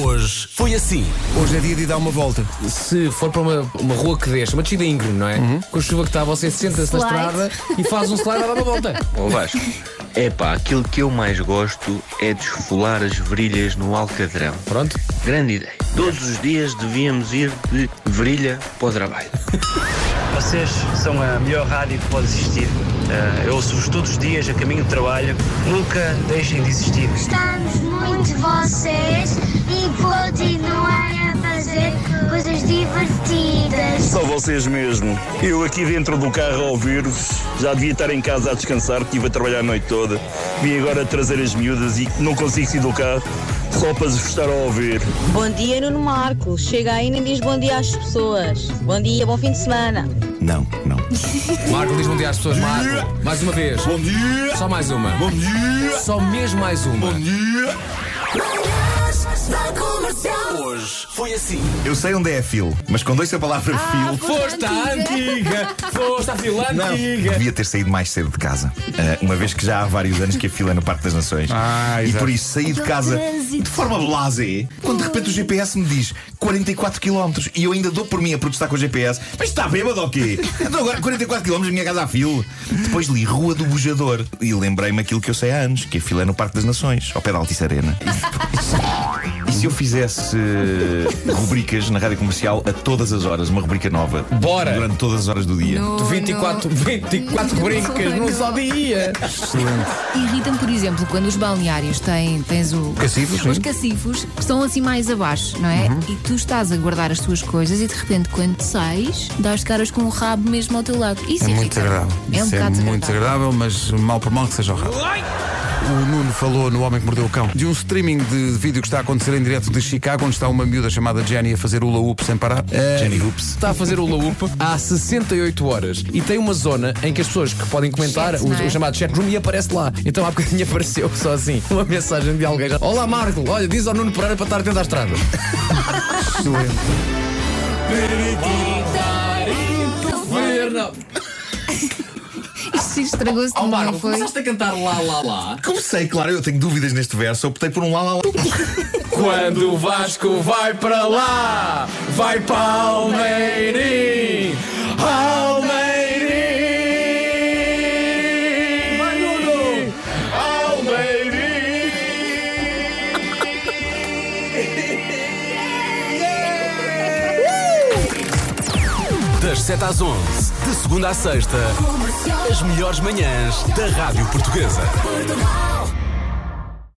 Hoje foi assim. Hoje é dia de dar uma volta. Se for para uma, uma rua que deixa, uma descida íngreme, não é? Uhum. Com a chuva que está, você senta-se na Slide. estrada e faz um slide a dar uma volta. Ó Vasco. É pá, aquilo que eu mais gosto é desfolar as virilhas no Alcadrão. Pronto. Grande ideia. Todos os dias devíamos ir de virilha para o trabalho. Vocês são a melhor É rádio que pode existir. Ah, eu ouço-vos todos os dias a caminho do trabalho. Nunca deixem de existir. gostamos muito de vocês e continuem a fazer coisas divertidas. Só vocês mesmo. Eu aqui dentro do carro a ouvir-vos, já devia estar em casa a descansar, que estive a trabalhar a noite toda. Vim agora trazer as miúdas e não consigo sair do carro, só para vos estar a ouvir. Bom dia, Nuno Marco. Chega aí e nem diz bom dia às pessoas. Bom dia, bom fim de semana. Não, não. Marco diz bom dia às pessoas. Marco, mais uma vez. Bom dia. Só mais uma. Bom dia. Só mesmo mais uma. Hoje foi assim. Eu sei onde é a fil, mas quando ouço a palavra fil. Foste à antiga. Foste à fila antiga. Devia ter saído mais cedo de casa. Ah, uma vez que já há vários anos que a fila é no Parque das Nações. e por isso saí de Aquele casa trânsito. de forma blasé, quando de repente o GPS me diz 44 km e eu ainda dou por mim a protestar com o GPS. Mas está bêbado ou quê? Então agora 44 km da minha casa à fila. Depois li Rua do Bujador e lembrei-me aquilo que eu sei há anos, que a fila é no Parque das Nações, ao pé da Altice Arena. E se eu fizesse eh, rubricas na rádio comercial a todas as horas, uma rubrica nova? Bora. Durante todas as horas do dia. 24, 24 brincas num só dia. Irritam, por exemplo, quando os balneários têm tens o, Cacifos, os sim. cacifos que estão assim mais abaixo, não Uhum. é? E tu estás a guardar as tuas coisas e de repente quando sais, dás caras com o rabo mesmo ao teu lado. Isso É irrita. muito agradável. É um Isso é bocado muito agradável, mas mal por mal que seja o rabo. O Nuno falou no Homem que Mordeu o Cão de um streaming de vídeo que está a acontecer em direto de Chicago, onde está uma miúda chamada Jenny a fazer hula hoop sem parar. Jenny Hoops. Está a fazer o Laup há 68 horas e tem uma zona em que as pessoas que podem comentar Chat, o, não é? o chamado chat room e aparece lá. Então há bocadinho apareceu só assim uma mensagem de alguém: já, Olá Marco, olha, diz ao Nuno Pereira para estar atento à estrada. Excelente. Isto estragou-se Ó também, Marco, foi? começaste a cantar lá, lá, lá. Comecei, claro, eu tenho dúvidas neste verso, optei por um lá lá lá. Quando o Vasco vai para lá, vai para Almeirim. Almeirim. Vai, Nuno. Das 7 às 11, de segunda à sexta, as melhores manhãs da Rádio Portuguesa. Portugal.